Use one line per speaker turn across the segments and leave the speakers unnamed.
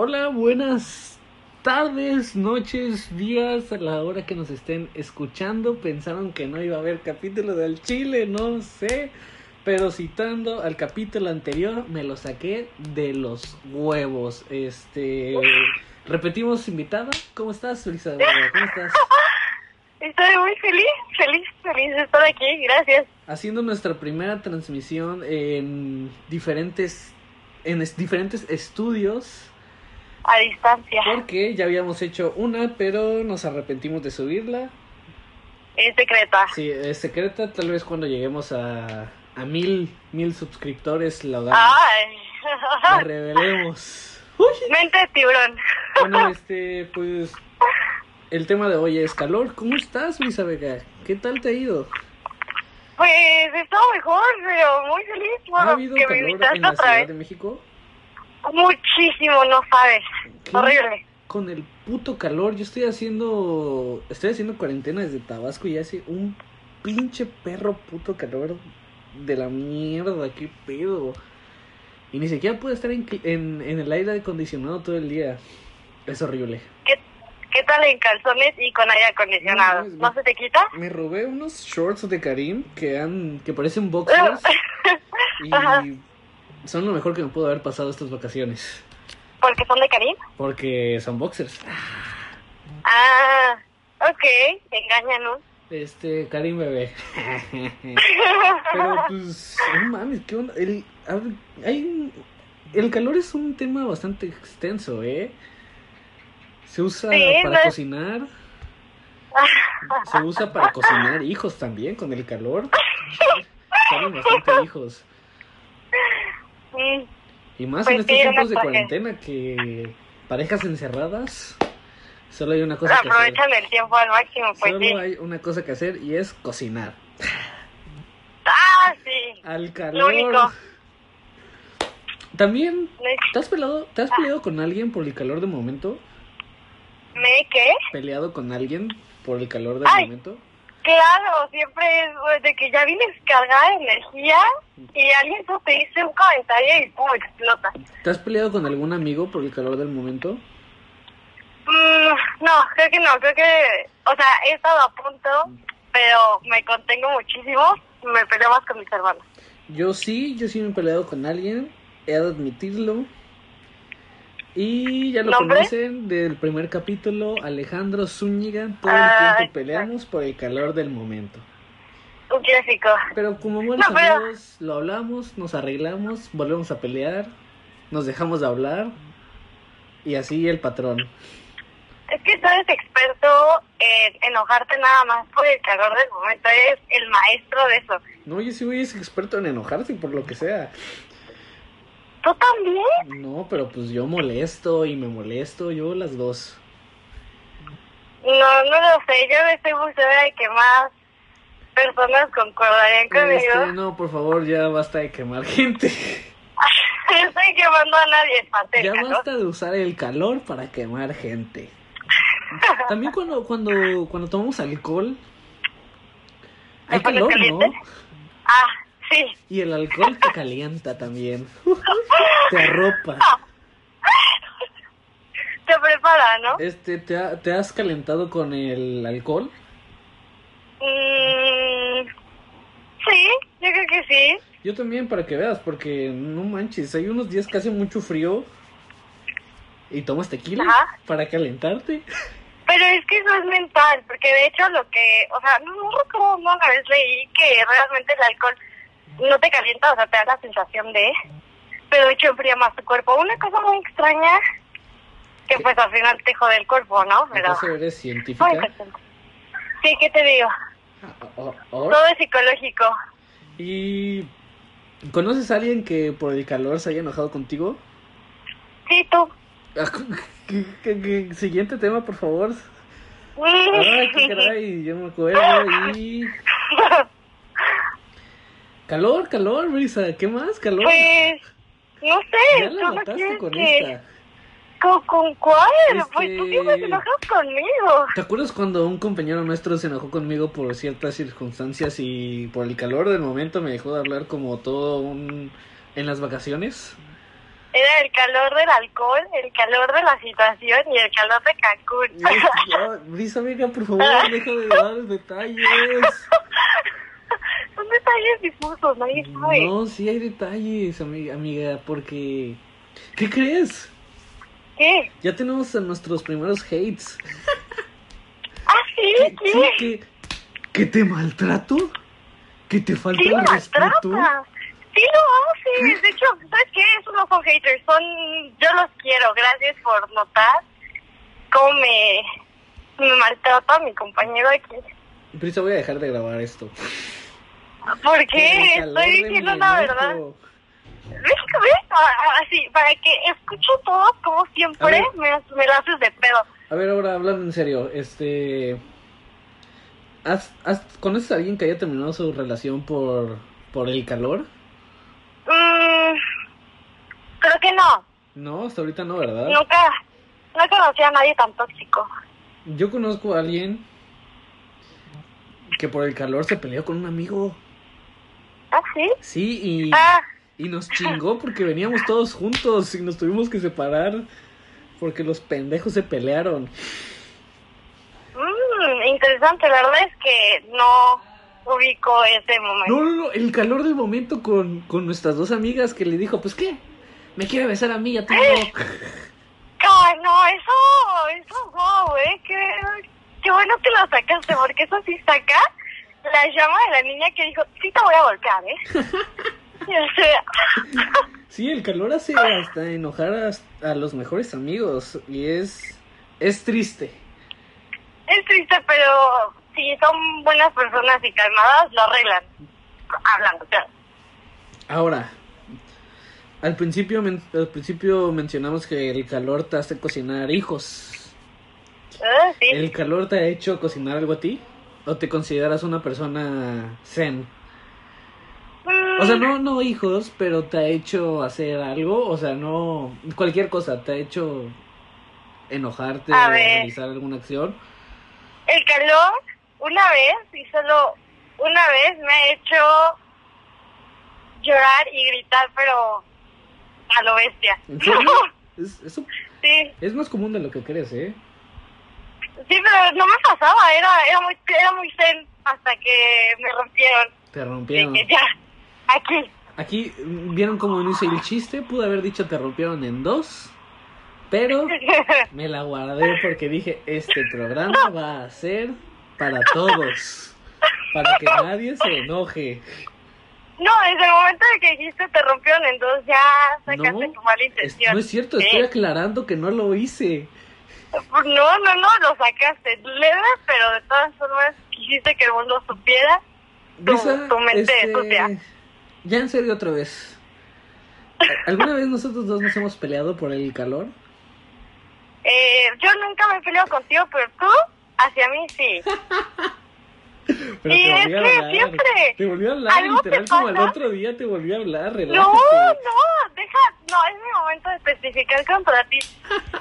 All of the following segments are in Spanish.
Hola, buenas tardes, noches, días, a la hora que nos estén escuchando. Pensaron que no iba a haber capítulo del Chile, no sé. Pero citando al capítulo anterior, me lo saqué de los huevos. Este. Repetimos, invitada. ¿Cómo estás, Ulisa? ¿Cómo estás?
Estoy muy feliz, feliz, feliz de estar aquí, gracias.
Haciendo nuestra primera transmisión en diferentes. En es- diferentes estudios.
A distancia.
Porque ya habíamos hecho una, pero nos arrepentimos de subirla.
Es secreta.
Sí, es secreta. Tal vez cuando lleguemos a, a mil, mil suscriptores la,
Ah.
damos, Ah. la
Ay.
revelemos. Uy.
Mente de tiburón.
Bueno, este, pues. El tema de hoy es calor. ¿Cómo estás, Luisa Vega? ¿Qué tal te ha ido?
Pues he estado mejor, pero muy feliz por
¿Ha
lo
habido
que me
calor en
invitaste
la
otra
Ciudad
vez.
de México?
Muchísimo, no sabes.
¿Qué?
Horrible.
Con el puto calor, yo estoy haciendo. Estoy haciendo cuarentena desde Tabasco y hace un pinche perro puto calor de la mierda, qué pedo. Y ni siquiera puedo estar en, cli- en, en el aire acondicionado todo el día. Es horrible.
¿Qué, ¿Qué tal en calzones y con aire acondicionado?
No, es
¿No
bien.
se te quita?
Me robé unos shorts de Karim que han que parecen boxers
Ajá.
y son lo mejor que me pudo haber pasado estas vacaciones
¿Porque son de Karim?
porque son boxers.
Ah, ok, engáñanos.
Este, Karim bebé. Pero pues, no mames, ¿qué onda? El, a ver, hay un- el calor es un tema bastante extenso, ¿eh? Se usa
Sí,
para
no es-
cocinar. Se usa para cocinar hijos también con el calor. Salen bastante hijos.
Mm,
Y más
Pues
en estos
sí,
tiempos de
una cosa.
cuarentena que parejas encerradas. Solo hay una cosa que hacer.
Aprovechan el tiempo al máximo, pues sí.
Solo hay una cosa que hacer y es cocinar.
Ah, sí.
Al
Lo
calor.
único.
También
Me-
¿Te has peleado, te has peleado con alguien por el calor de momento?
¿Me qué?
¿Peleado con alguien por el calor de
Ay.
momento?
Claro, siempre es pues, de que ya vienes cargada de energía y alguien tú te dice un comentario y pum, explota.
¿Te has peleado con algún amigo por el calor del momento?
Mm, no, creo que no, creo que, o sea, he estado a punto, pero me contengo muchísimo, me peleo más con mis hermanos.
Yo sí, yo sí me he peleado con alguien, he de admitirlo. Y ya lo
¿Nombre?
conocen del primer capítulo, Alejandro Zúñiga, todo el
Ay.
tiempo peleamos por el calor del momento.
Un clásico.
Pero como buenos
No, pero-
amigos, lo hablamos, nos arreglamos, volvemos a pelear, nos dejamos de hablar y así el patrón.
Es que tú eres experto en enojarte nada más por el calor del momento, eres el maestro de eso.
No, yo sí güey es experto en enojarse por lo que sea.
¿Tú también?
No, pero pues yo molesto y me molesto, yo las dos.
No, no lo sé, yo estoy muy segura de que más personas concordarían conmigo.
Este, no, por favor, ya basta de quemar gente.
No estoy quemando a nadie, es
Ya
patética, ¿no?
basta de usar el calor para quemar gente. También cuando cuando cuando tomamos alcohol hay
¿Te pones
calor, ¿no?
caliente? Ah, sí.
Y el alcohol te calienta también. Te arropa.
Te prepara, ¿no?
Este, ¿te, ha- ¿te has calentado con el alcohol?
Mm, sí, yo creo que sí.
Yo también, para que veas, porque no manches, hay unos días que hace mucho frío y tomas tequila
Ajá.
para calentarte.
Pero es que eso es mental, porque de hecho lo que, o sea, no, no recuerdo, no, una vez leí que realmente el alcohol no te calienta, o sea, te da la sensación de, pero de hecho enfría más tu cuerpo. Una cosa muy extraña, que pues al final te jode el cuerpo, ¿no? Pero,
Entonces
pues,
eres
muy
científica.
interesante. Sí, ¿qué te digo?
Ah, ah, ah.
Todo es psicológico.
¿Y conoces a alguien que por el calor se haya enojado contigo?
Sí, tú.
Ah, ¿Qué- qué- qué- Siguiente tema, por favor. Ay, qué
Sí.
caray, yo me acuerdo. Y... Calor, calor, Brisa. ¿Qué más? Calor.
Pues, no sé,
ya la
tú no
mataste
quieres
con
que...
esta.
¿Con, con cuál? Pues tú
Este-
siempre te enojas conmigo.
¿Te acuerdas cuando un compañero nuestro se enojó conmigo por ciertas circunstancias y por el calor del momento me dejó de hablar como todo un... en las vacaciones?
Era el calor del alcohol, el calor de la situación y el calor de Cancún.
Ay, ya, Brisa, venga, por favor, deja de dar detalles.
Son detalles difusos, nadie sabe.
No, sí hay detalles, amiga, amiga, porque... ¿Qué crees?
¿Qué?
Ya tenemos a nuestros primeros hates.
¿Ah, sí?
¿Qué-
¿Qué?
sí, ¿Que, que te maltrato? ¿Que te falta
Sí,
el
lo
respeto?
maltrata. Sí, lo haces. De hecho, ¿sabes qué? Esos no son haters. Son. Yo los quiero. Gracias por notar cómo me, me maltrata mi compañero aquí.
Brisa, voy a dejar de grabar esto.
¿Por
El
qué?
calor
Estoy
de
diciendo
mi
la
enojo.
verdad. ¿Ves? ¿Ves? Ah, ah, Así, para que escuche todo como siempre,
A ver.
me, me la haces de pedo.
A ver, ahora hablando en serio, este. ¿Has, has, ¿Conoces a alguien que haya terminado su relación por, por el calor?
Mm, creo que no.
No, hasta ahorita no, ¿verdad?
Nunca. No conocí a nadie tan tóxico.
Yo conozco a alguien que por el calor se peleó con un amigo.
¿Ah, sí?
Sí, y,
Ah,
y nos chingó porque veníamos todos juntos y nos tuvimos que separar porque los pendejos se pelearon.
mm, interesante. La verdad es que no ubico ese momento.
No, no, no, el calor del momento con, con nuestras dos amigas que le dijo, pues qué, me quiere besar a mí, a ti no.
Ay, no, eso, eso, wow, eh, qué, qué bueno que lo sacaste, porque eso sí saca la llama de la niña que dijo, sí te voy a volcar, eh. Y, este, o sea,
Sí, el calor hace hasta enojar a, a los mejores amigos y es, es triste.
es triste, pero si son buenas personas y calmadas, lo arreglan. Hablando, claro.
Ahora, al principio, men- al principio mencionamos que el calor te hace cocinar hijos.
Eh, sí.
¿El calor te ha hecho cocinar algo a ti? ¿O te consideras una persona zen?
Mm,
O sea, no, no hijos, pero te ha hecho hacer algo, o sea, no cualquier cosa, te ha hecho enojarte
A
o
ver.
realizar alguna acción.
El calor, una vez, y solo una vez, me ha hecho llorar y gritar, pero a lo bestia.
¿En serio? Es, eso
sí.
es más común de lo que crees, ¿eh?
Sí, pero no me pasaba, era, era muy, era muy zen hasta que me rompieron.
Te rompieron.
Dije, ya, aquí.
Aquí mm, vieron cómo hice el chiste, pude haber dicho te rompieron en dos, pero me la guardé porque dije, este programa va a ser para todos, para que nadie se enoje.
No, desde el momento de que dijiste te rompieron en dos, ya sacaste
No,
tu mala
Es-
intención.
no es cierto,
Sí.
estoy aclarando que no lo hice.
Pues no, no, no, lo sacaste leve, pero de todas formas quisiste que el mundo supiera. Tu-
Brisa,
tu mente
este,
sucia.
Ya en serio otra vez. ¿Alguna vez nosotros dos nos hemos peleado por el calor?
Eh, yo nunca me he peleado contigo, pero tú hacia mí sí.
Pero
Sí, es
volví a
que
hablar.
siempre
Te volví a hablar,
algo te
literal, como al
pasa.
otro día te volví a hablar,
No,
relájate.
no, deja, no, es mi momento de especificar contra ti.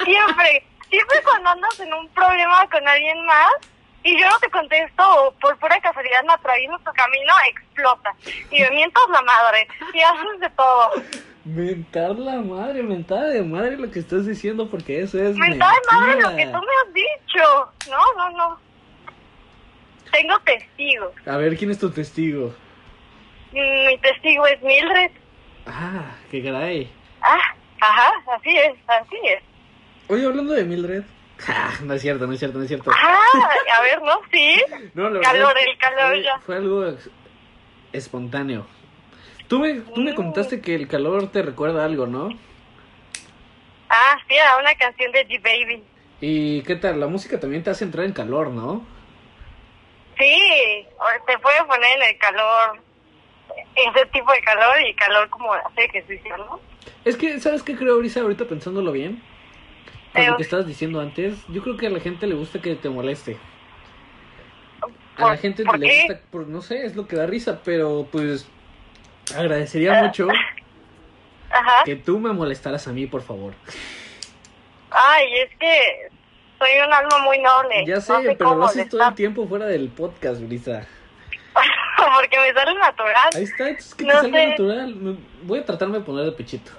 Siempre, siempre cuando andas en un problema con alguien más y yo no te contesto o por pura casualidad me atraviesas tu camino, explota. Y me mientas la madre y haces de todo.
Mentar la madre, mentada de madre lo que estás diciendo, porque eso es
Me da de madre lo que
mentira.
tú me has dicho. No, no, no. Tengo testigos.
A ver, ¿quién es tu testigo?
Mm, Mi testigo es Mildred.
Ah, qué caray.
Ah, ajá, así es, así es.
Oye, hablando de Mildred. Ah, no es cierto, no es cierto, no es cierto.
Ah, a ver, ¿no? Sí.
No, la
Calor,
verdad es que
el calor
fue-
ya.
Fue algo ex- espontáneo. Tú me, tú me
Mm.
contaste que el calor te recuerda algo, ¿no?
Ah, sí, a una canción de G-Baby.
¿Y qué tal? La música también te hace entrar en calor, ¿no?
Sí, o- te puede poner en el calor, ese tipo de calor y calor como de hacer ejercicio, ¿no?
Es que, ¿sabes qué creo, Brisa, ahorita pensándolo bien? para lo que estabas diciendo antes, yo creo que a la gente le gusta que te moleste. A
¿Por-
la gente
por
le
qué?
gusta, por, no sé, es lo que da risa, pero pues agradecería mucho
Ajá.
que tú me molestaras a mí, por favor.
Ay, es que soy un alma muy noble.
Ya sé,
no sé
pero
cómo
lo haces ¿eh? todo el
molestar.
tiempo fuera del podcast, Brisa.
Porque me sale natural.
Ahí está, es que te
No
salga
sé.
natural. Me- Voy a tratarme de poner de pechito.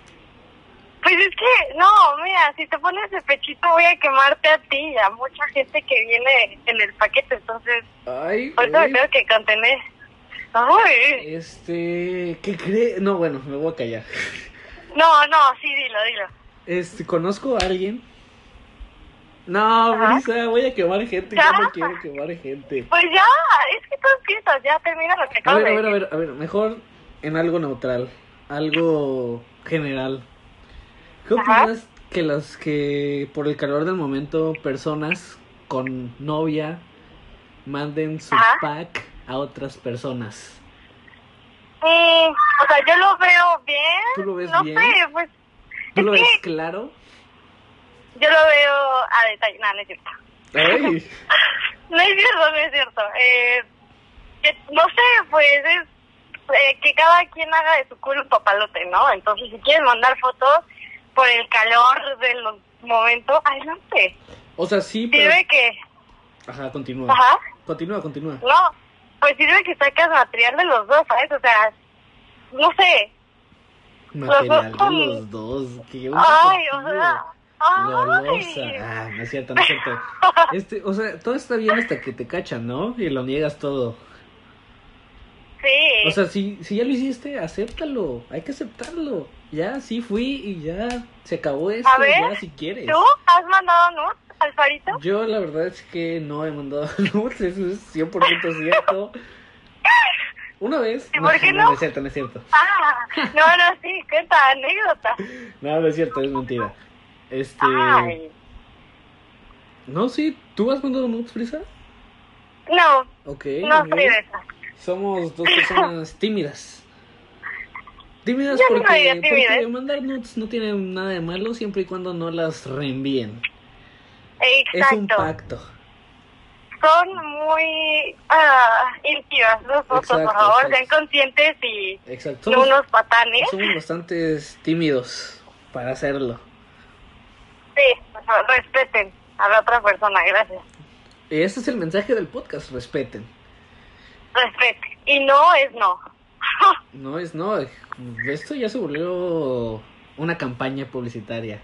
Pues es que, no, mira, si te pones de pechito voy a quemarte a ti y a mucha gente que viene en el paquete. Entonces,
Ay,
ahorita
güey.
me tengo que contener. Ay,
Este, ¿qué cree? No, bueno, me voy a callar.
no, no, sí, dilo, dilo.
Este, conozco a alguien. No,
Ajá.
Brisa, voy a quemar gente. Yo no quiero quemar gente.
Pues ya, es que tú empiezas, ya termina lo que
A
acabas
ver, a
de
ver, a
decir.
ver, a ver, mejor en algo neutral, algo general. ¿Qué
Ajá.
opinas que las que por el calor del momento personas con novia manden su
Ajá.
pack a otras personas?
Mm, o sea, yo lo veo bien.
¿Tú lo ves
no
bien?
sé, pues
¿Tú
Es
lo
que-
ves claro?
yo lo veo a detalle. No, no es cierto.
Ay,
No es cierto, no es cierto. Eh, que- no sé, pues es eh, que cada quien haga de su culo un papalote, ¿no? Entonces, si quieren mandar fotos por el calor de los momentos, adelante.
o sea, sí, pero...
Sirve que,
Ajá, continúa.
ajá,
Continúa, continúa.
no, pues sirve que sacas material de los dos, ¿sabes? O sea, no sé.
Material de
dos
los dos. Que un
Ay, o
poquillo
sea, ah, ay.
Gloriosa. Ah, no es cierto, no es cierto. Este, o sea, todo está bien hasta que te cachan, ¿no? Y lo niegas todo.
Sí.
O sea, si, si ya lo hiciste, acéptalo. Hay que aceptarlo. Ya, sí fui y ya se acabó esto.
A ver,
ya, si quieres.
¿Tú has mandado nudes al farito?
Yo la verdad es que no he mandado nudes, eso es 100% cierto. Una vez.
¿Y por qué
No,
no?
es cierto, no es cierto.
Ah, no, no, sí, cuenta anécdota.
No, no es cierto, es mentira. Este.
Ay,
No, sí, ¿tú has mandado nudes, Frisa?
no,
Ok.
no
ok.
soy de esas.
Somos dos personas tímidas. Tímidas
Yo no
porque,
diría tímida,
porque
¿eh?
mandar nudes no tiene nada de malo siempre y cuando no las reenvíen. Es un
Exacto.
pacto.
Son muy ah, íntimas los fotos, por
Exacto,
favor,
exacto.
sean conscientes y
Exacto.
no
Somos,
unos patanes.
somos bastante tímidos para hacerlo.
Sí, por favor, respeten a la otra persona, gracias.
Y ese es el mensaje del podcast, respeten.
Respeten. Y no es no.
No es, no, esto ya se volvió una campaña publicitaria.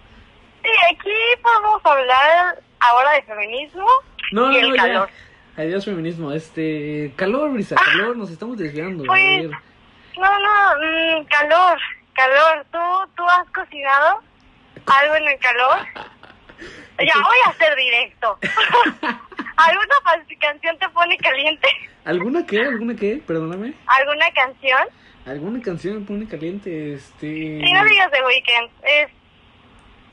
Sí, aquí podemos hablar ahora de feminismo
No,
y
no,
el
no, ya.
calor. Ah,
Adiós feminismo, este... Calor, Brisa, calor, nos estamos desviando. a
Pues,
ver.
No, no, mm, calor, calor. ¿Tú, ¿Tú has cocinado algo en el calor? Ya voy a ser directo. ¿Alguna pas- canción te pone caliente?
¿Alguna qué? ¿Alguna qué? Perdóname.
¿Alguna canción?
¿Alguna canción me pone caliente? Este...
Si no digas de Weekend, es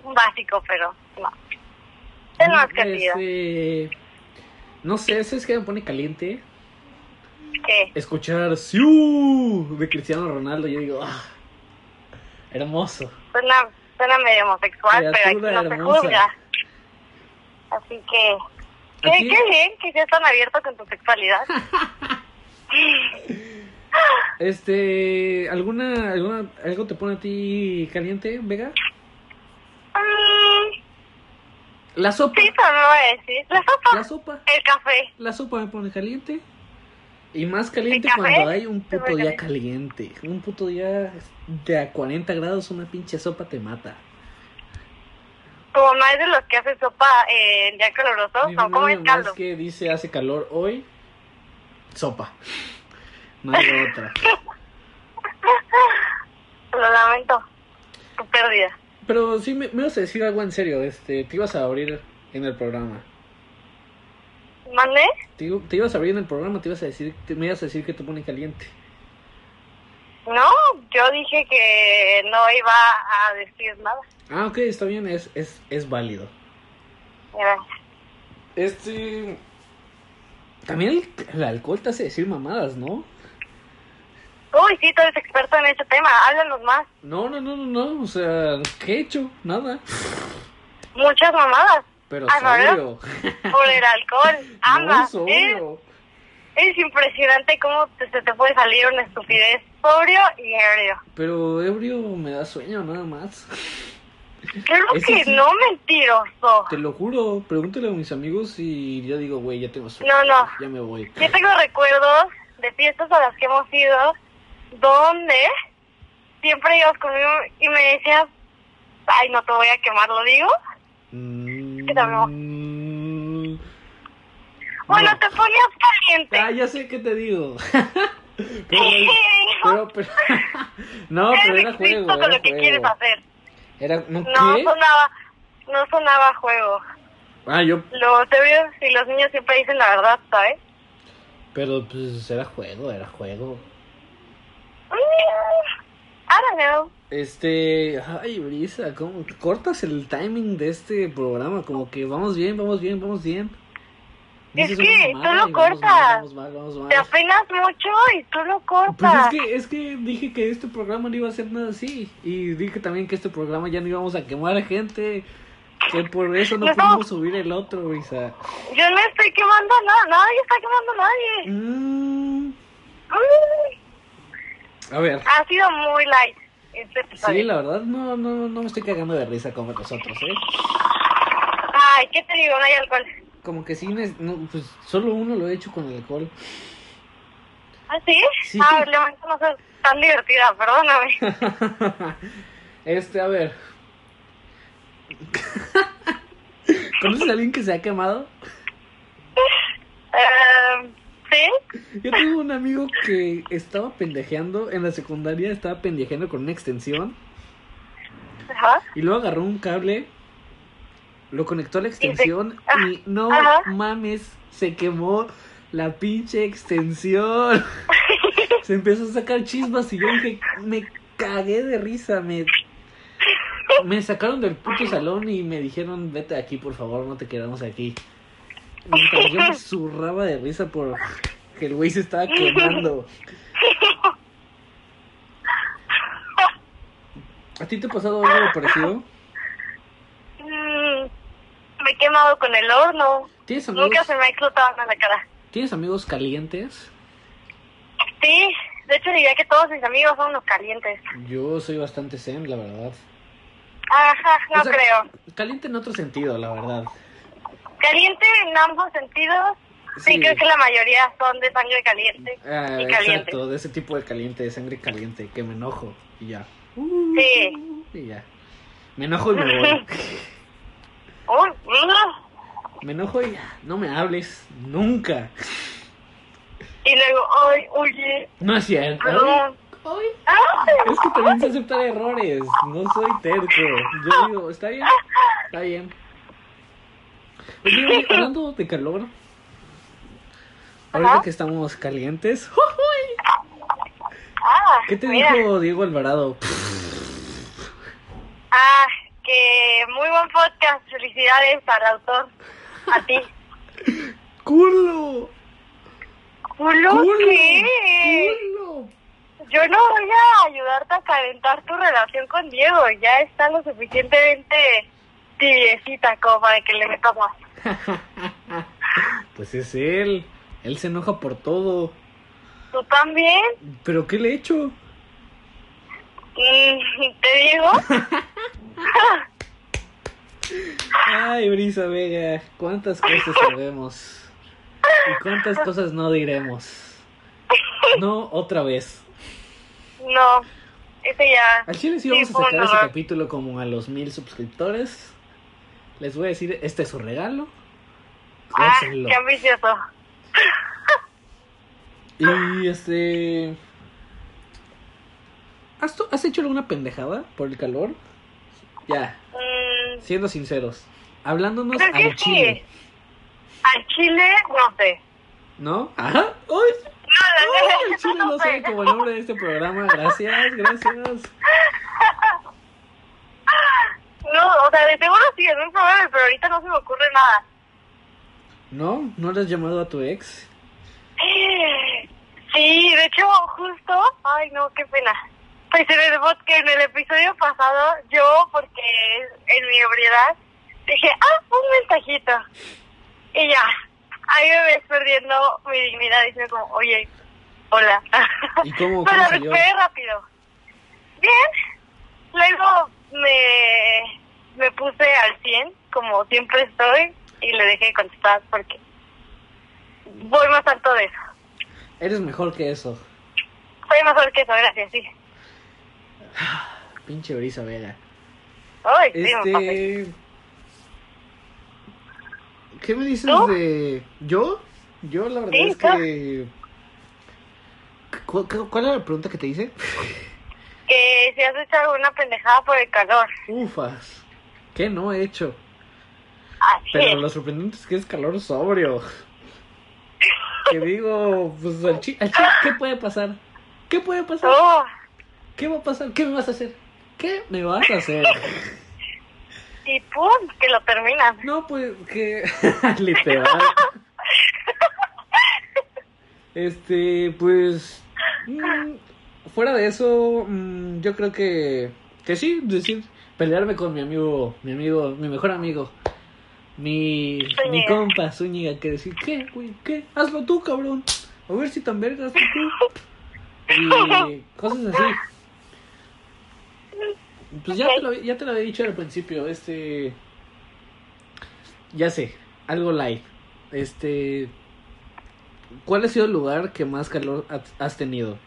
básico, pero no. Ten más cantidad.
Este, No sé, ¿sabes qué me pone caliente?
¿Qué?
Escuchar Siu de Cristiano Ronaldo. Yo digo, ah, hermoso.
Suena, suena medio homosexual, pero aquí
Criatura
no se
hermosa.
juzga. Así que, qué,
Aquí-
qué bien que ya están abiertos con tu sexualidad.
Este, ¿alguna, alguna, algo te pone a ti caliente, Vega?
Mm,
La sopa,
Sí, pero no voy a decir. La sopa,
la sopa,
el café.
la sopa me pone caliente. Y más caliente
¿El café?
cuando hay un
Se
puto
me
día caliente. Un puto día de a 40 grados, una pinche sopa te mata.
Como no es de los que hacen sopa eh, en día caluroso,
Mi
no
mamá
comen
nomás
caldo.
que dice hace calor hoy, sopa. No hay de otra.
Lo lamento. Tu pérdida.
Pero sí me, me ibas a decir algo en serio, este, te ibas a abrir en el programa.
¿Mande?
Te, iba- te ibas a abrir en el programa, te ibas a decir, te- me ibas a decir que te pone caliente.
No, yo dije que no iba a decir nada.
Ah, ok, está bien, es, es, es válido.
Gracias.
Este también el, el alcohol te hace decir mamadas, ¿no?
Uy, sí, tú eres experto en este tema. Háblanos más.
No, no, no, no, no. O sea, ¿qué he hecho? Nada.
muchas mamadas.
Pero
Ah, ¿no,
sobrio.
no? Por el alcohol,
No,
ambas. ¿eh?
sobrio.
Es impresionante cómo te- se te puede salir una estupidez sobrio y ebrio.
Pero ebrio me da sueño nada más.
Creo
Eso
que
sí.
no, mentiroso.
Te lo juro, pregúntale a mis amigos y ya digo, güey, ya tengo sueño.
No, no.
Ya me voy.
Yo tengo recuerdos de fiestas a las que hemos ido donde siempre ibas conmigo y me decías, ay, no te voy a quemar, ¿lo digo? ¿Qué tal, no?
Mm,
Bueno,
no.
te ponías caliente.
Ah, ya sé qué te digo. pero,
Sí,
pero- pero- no, pero
eres
era
estricto
juego.
con
era
lo que
juego.
quieres hacer.
Era- ¿no,
No pues,
¿qué?
sonaba, no sonaba juego.
Ah, yo,
Los ebrios y los niños siempre dicen la verdad, ¿sabes?
pero pues era juego, era juego.
Mm, I don't know.
Este, ay, Brisa, ¿cómo cortas el timing de este programa? Como que vamos bien, vamos bien, vamos bien.
Es
Dices
que
una mamada y vamos mal,
tú lo cortas.
Vamos mal, vamos mal.
Te apenas mucho y tú lo
Pues
cortas.
es que, es que dije que este programa no iba a ser nada así. Y dije también que este programa ya no íbamos a quemar a gente. Que por eso no
No.
pudimos subir el otro, Brisa.
Yo no estoy quemando a nada, nadie está quemando a nadie.
Mm,
Ay,
a ver.
Ha sido muy light este
Sí,
episodio.
la verdad, no, no, no me estoy cagando de risa como nosotros, ¿eh?
Ay, ¿qué te digo? No hay alcohol.
Como que sí, me- no, pues solo uno lo he hecho con el alcohol.
¿Ah, sí?
Sí.
Ah, Levanto no soy tan divertida, perdóname.
Este, a ver. ¿Conoces a alguien que se ha quemado?
Em, ¿Sí?
Yo tengo un amigo que estaba pendejeando en la secundaria, estaba pendejeando con una extensión
Ajá.
y luego agarró un cable, lo conectó a la
se- Ah,
extensión y no
Ajá.
mames, se quemó la pinche extensión. Se empezó a sacar chispas y yo dije, me cagué de risa, me me sacaron del puto salón y me dijeron, vete de aquí, por favor, no te quedamos aquí. Mientras yo me zurraba de risa por que el güey se estaba quemando. ¿A ti te ha pasado algo parecido?
Mm, me he quemado con el horno.
¿Tienes amigos,
Nunca se me ha explotado nada en la cara.
¿Tienes amigos calientes?
Sí, de hecho diría que todos mis amigos son unos calientes.
Yo soy bastante zen, la verdad.
Ajá, no
O sea-
creo.
Caliente en otro sentido, la verdad.
Caliente en ambos sentidos. Sí, creo que la mayoría son de sangre caliente.
Ah,
y caliente.
exacto, de ese tipo de caliente, de sangre caliente, que me enojo y ya.
Sí.
Y ya. Me enojo y me voy.
Oh, mm.
Me enojo y ya. No me hables nunca.
Y luego, ay, oye,
No es cierto.
perdón.
Ay,
Ay,
Es que también se aceptan errores. No soy terco. Yo digo, está bien. Está bien. Oye, oye, hablando de calor. Ahorita
Ajá.
que estamos calientes. ¡oh!
ah,
¿Qué te
mira.
dijo Diego Alvarado?
Ah, que muy buen podcast. Felicidades al autor. A ti.
¡Culo!
¿Culo
¡Culo!
qué?
¡Culo!
Yo no voy a ayudarte a calentar tu relación con Diego. Ya está lo suficientemente tibiecita como para que le metas más.
Pues es él. Él se enoja por todo.
¿Tú también?
¿Pero qué le he hecho?
Mm, Te digo.
Ay, Brisa Vega, cuántas cosas sabemos y cuántas cosas no diremos. No otra vez.
No. Ese ya.
Al chile sí
Sí,
vamos a
fue un
sacar ese
horror.
capítulo como a los mil suscriptores. Les voy a decir, este es su regalo.
Ah,
Gócenlo.
qué ambicioso.
Y este... ¿Has, to- ¿Has hecho alguna pendejada por el calor? Ya,
Mm,
siendo sinceros. Hablándonos
Creo que
al chile,
Al chile, no sé.
¿no? Ajá. ¡Uy!
No,
Ay,
no,
el chile no sabe como el nombre de este programa. Gracias, gracias.
No, o sea, de seguro sí, es un problema, pero ahorita no se me ocurre nada.
¿No? ¿No le has llamado a tu ex?
Sí, de hecho, justo. Ay, no, qué pena. Pues en el podcast, en el episodio pasado, yo, porque en mi ebriedad, Dije, ah, un mensajito. Y ya, ahí me ves perdiendo mi dignidad diciendo como, oye, hola.
¿Y cómo,
Pero
cómo salió?
recuperé rápido. Bien. Luego me, me puse al 100, como siempre estoy, y le dejé de contestar porque voy más alto de eso.
Eres mejor que eso.
Soy mejor que eso, gracias, sí.
Pinche brisa Vega.
Ay, sí, me pasé.
Este. ¿Qué me dices
¿Tú?
de. ¿Yo? Yo, la verdad
Sí,
es que. ¿Cu- cu- ¿Cuál era la pregunta que te hice?
Que si has hecho alguna pendejada por el calor.
Ufas. ¿Qué no he hecho?
Así
Pero
es.
lo sorprendente es que es calor sobrio. Que digo, pues al chi- al chi- ¿qué puede pasar? ¿Qué puede pasar?
Oh,
¿Qué va a pasar? ¿Qué me vas a hacer? ¿Qué me vas a hacer?
y pum, que lo terminas.
No, pues que. Literal. Este, pues. mm, fuera de eso, mm, yo creo que. Que sí, decir, pelearme con mi amigo, mi amigo, mi mejor amigo. Mi, mi
Zúñiga.
compa Zúñiga, que decir, ¿qué, güey? ¿Qué? Hazlo tú, cabrón. A ver si tan vergas tú. Y cosas así. Pues ya, te lo, ya te lo había dicho al principio, este... Ya sé, algo light. Este... ¿Cuál ha sido el lugar que más calor ha- has tenido?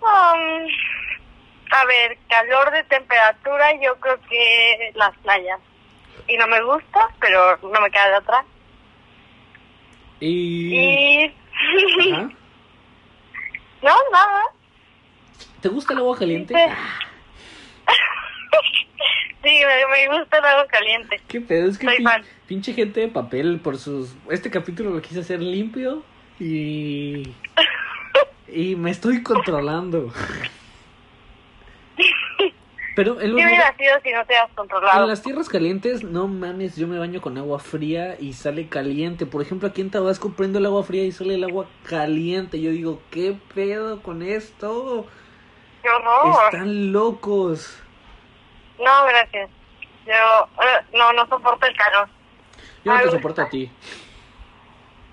Um, a ver, calor de temperatura, yo creo que las playas. Y no me gusta, pero no me queda de otra.
Y...
Y.
Ajá.
no, nada.
¿Te gusta el agua caliente?
Sí. pues, Sí, me, me gusta el agua caliente.
¿Qué pedo? Es que
Soy
pin-
fan.
pinche gente de papel por sus... Este capítulo lo quise hacer limpio y... Y me estoy controlando. Pero el
¿Qué
lugar-
hubiera sido si no te has
En
controlado?
las tierras calientes, no mames, yo me baño con agua fría y sale caliente. Por ejemplo, aquí en Tabasco prendo el agua fría y sale el agua caliente. Yo digo, ¿qué pedo con esto?
Qué horror.
Están locos.
No, gracias. Yo. eh, no, no soporto el calor.
Yo no te
Ay.
soporto a ti.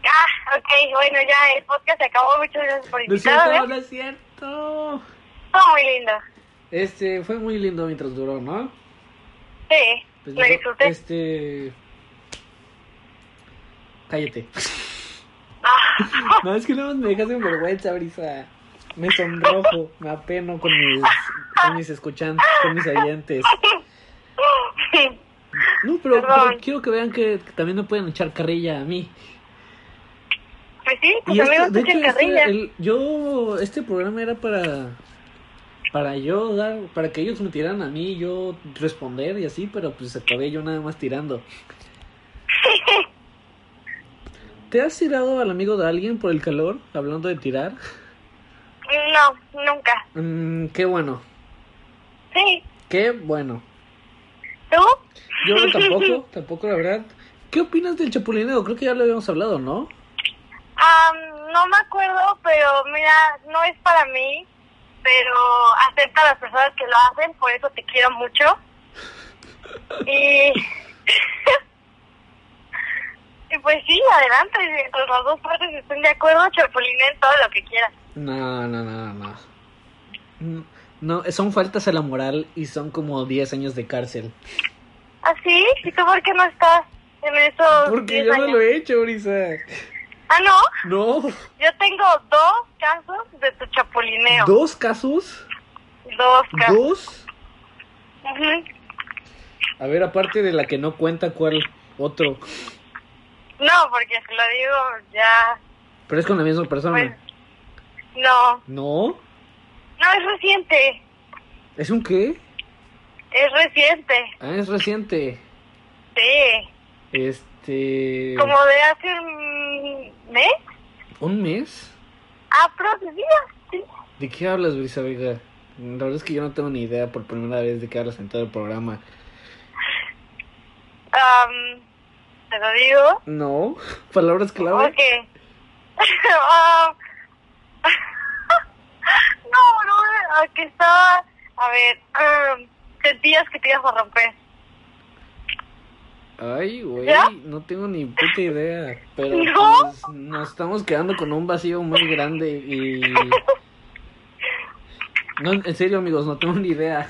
Ah, ok, bueno, ya el podcast se acabó. Muchas gracias por
No es cierto,
invitarme.
no es cierto.
Fue muy lindo.
Este, fue muy lindo mientras duró, ¿no?
Sí,
Pues,
lo disfruté.
Este... Cállate.
Ah.
No, es que no me dejas en vergüenza, Brisa. Me sonrojo, me apeno con mis, con mis escuchantes, con mis oyentes. No, pero,
Perdón.
pero quiero que vean que también me pueden echar carrilla a mí.
Pues sí, tus
esto-
amigos
de
te
hecho,
echan
este,
carrilla.
el- yo, este programa era para, para yo dar, para que ellos me tiraran a mí, yo responder y así, pero pues acabé yo nada más tirando. ¿Te has tirado al amigo de alguien por el calor, hablando de tirar?
No, nunca.
Mm, qué bueno,
Sí,
qué bueno.
¿tú?
Yo tampoco, tampoco la verdad. ¿Qué opinas del chapulineo? Creo que ya lo habíamos hablado, ¿no?
Am, no me acuerdo, pero mira, no es para mí, pero acepta a las personas que lo hacen, por eso te quiero mucho. Y... y pues sí, adelante, mientras las dos partes estén de acuerdo, chapulinen todo lo que quieras.
No, no, no, no, no. No, son faltas a la moral y son como 10 años de cárcel.
¿Ah, sí? ¿Y tú por qué no estás en esos 10 años?
he hecho, Brisa.
Ah, ¿no?
No.
Yo tengo dos casos de tu chapulineo.
¿Dos casos?
Dos casos.
¿Dos?
Ujú.
A ver, aparte de la que no cuenta, ¿cuál otro?
No, porque si lo digo ya...
Pero es con la misma
Pues,
persona.
no,
¿No?
no es reciente,
¿Es un qué?
es reciente,
Ah, es reciente.
sí,
Este...
como de hace un mes,
¿Un mes?
aproximadamente, sí.
¿De qué hablas, Brisa Vega? La verdad es que yo no tengo ni idea por primera vez de qué hablas en todo el programa.
Am, te lo digo,
No. Palabras clave.
porque... Am, ah, no, no, que estaba, a ver, am, sentías que te ibas a romper,
Ay, güey,
¿Ya?
no tengo ni puta idea. Pero
¿No?
pues, nos estamos quedando con un vacío muy grande y. No, en serio, amigos, no tengo ni idea.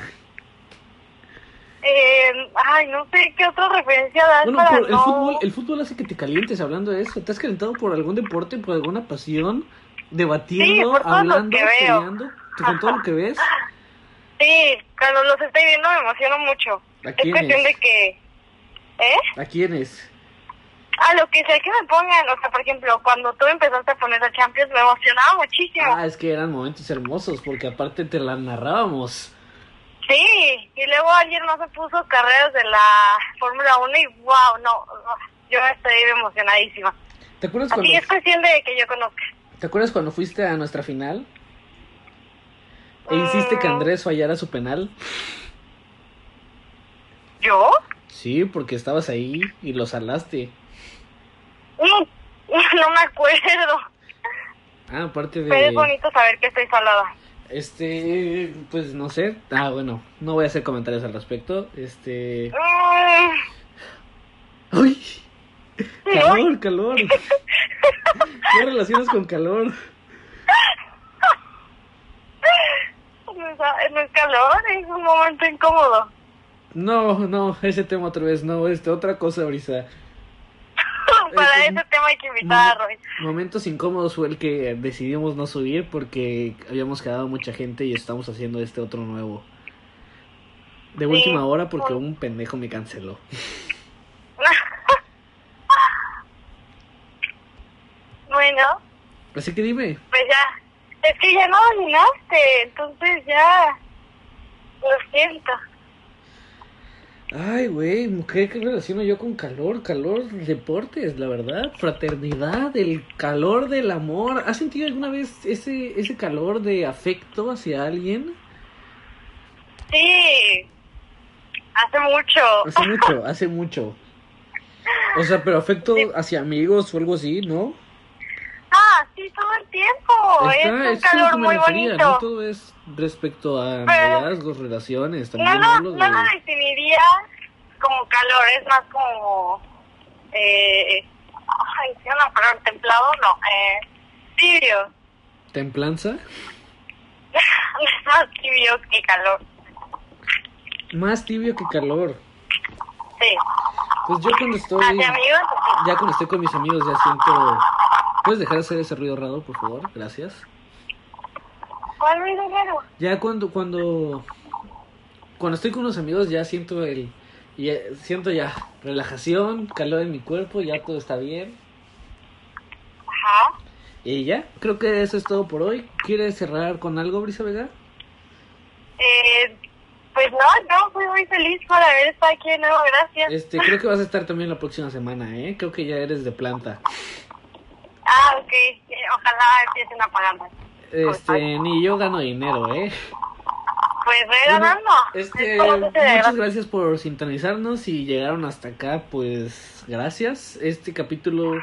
Eh, ay, no sé qué otra referencia das
Bueno,
para
pero el
Ah, no-
fútbol, el fútbol hace que te calientes hablando de eso. ¿Te has calentado por algún deporte, por alguna pasión?
Sí,
Debatiendo,
por todo lo
hablando,
que veo.
peleando, que con todo lo que ves.
Sí, cuando los estoy viendo me emociono mucho.
¿A
Es
quiénes?
cuestión de que... ¿Eh?
¿A quiénes?
A lo que sea que me pongan, o sea, por ejemplo, cuando tú empezaste a poner a Champions me emocionaba muchísimo.
Ah, es que eran momentos hermosos porque aparte te la narrábamos.
Sí, y luego alguien más se puso carreras de la Fórmula 1 y wow, no, no, yo estoy emocionadísima.
¿Te acuerdas Pues cuando,
Así es cuestión de que yo conozca.
¿te acuerdas cuando fuiste a nuestra final? E hiciste que
Mm.
Andrés fallara su penal.
¿Yo?
Sí, porque estabas ahí y lo salaste.
No, no me acuerdo,
Ah, aparte
pero es
de.
bonito saber que estoy salada.
Este. Pues no sé. Ah, bueno, no voy a hacer comentarios al respecto. Este.
Mm,
¡Ay!
Sí,
Calor, calor. ¿Qué relaciones con calor?
no es- no es calor, es un momento incómodo.
No, no, ese tema otra vez no. Este, otra cosa, Brisa.
Para
Eh,
ese tema hay que invitar a Roy.
Momentos incómodos fue el que decidimos no subir porque habíamos quedado mucha gente y estamos haciendo este otro nuevo. De
Sí.
última hora porque un pendejo me canceló.
Bueno,
Así que dime,
pues ya. Es que ya no dominaste, entonces ya. Lo siento.
ay güey, mujer, ¿qué relaciono yo con calor? Calor, deportes, la verdad, fraternidad, el calor del amor. ¿Has sentido alguna vez ese, ese calor de afecto hacia alguien?
Sí, hace mucho.
Hace mucho, hace mucho. O sea, pero afecto hacia amigos o algo así, ¿no?
Ah, sí, todo el tiempo.
Está,
es un
eso es lo
calor
que me
muy
refería, ¿no?
bonito. No,
Todo es respecto a
Pero-
noviazgos, relaciones, también
lo,
hablo de-
no lo definiría como calor, es más como. Eh, ay, sí, no, perdón, templado no. Eh, tibio.
templanza.
es más tibio que calor.
Más tibio que calor.
Sí.
Pues yo cuando estoy,
Hacia amigos, sí.
ya cuando estoy con mis amigos ya siento... ¿Puedes dejar de hacer ese ruido raro, por favor? Gracias.
¿Cuál ruido raro?
Ya cuando, cuando, cuando estoy con unos amigos ya siento el... ya- siento ya relajación, calor en mi cuerpo, ya todo está bien.
Ajá.
Y ya, creo que eso es todo por hoy. ¿Quieres cerrar con algo, Brisa Vega?
Eh, pues no, no, fui muy feliz por haber estado aquí de nuevo, gracias.
Este, creo que vas a estar también la próxima semana, ¿eh? Creo que ya eres de planta.
Ah, ok. Eh, Ojalá empiecen a pagarme.
Este, ni yo gano dinero, ¿eh?
Pues voy ganando.
Este,
Esto no se te
muchas
degrada.
gracias por sintonizarnos y llegaron hasta acá, pues gracias. Este capítulo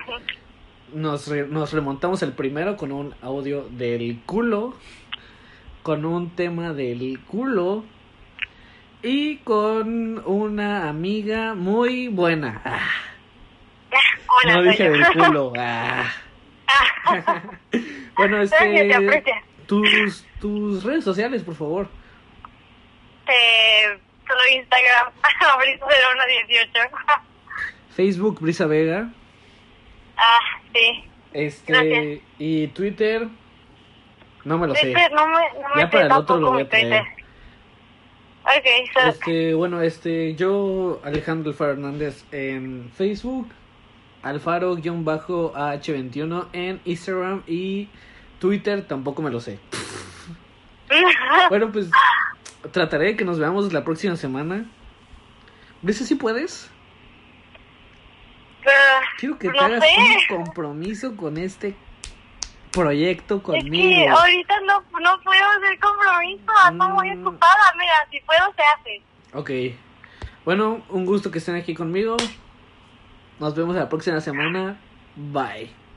nos, re- nos remontamos el primero con un audio del culo, con un tema del culo y con una amiga muy buena. Ah,
Hola,
no
soy
dije este,
yo.
del culo. Ah. bueno,
Gracias, te
este,
aprecia.
tus, tus redes sociales, por favor.
Eh, solo Instagram, Brisa0118.
Facebook, Brisa Vega.
ah, sí.
Este
Gracias.
y Twitter no me lo sé.
Twitter, no me, no me
Ya para el otro lo voy a
Twitter.
traer.
Ok, so,
Este, bueno, este yo Alejandro Alfaro Hernández en Facebook, Alfaro-AH21 en Instagram y Twitter tampoco me lo sé. Bueno, pues trataré de que nos veamos la próxima semana. ¿Ves si puedes?
ah,
Quiero que te
No
hagas
sé.
un compromiso con este proyecto
Es
conmigo.
que ahorita no, no puedo hacer compromiso, ando muy
Mm.
ocupada. Mira, si puedo, se hace.
Ok. Bueno, un gusto que estén aquí conmigo. Nos vemos la próxima semana. Bye.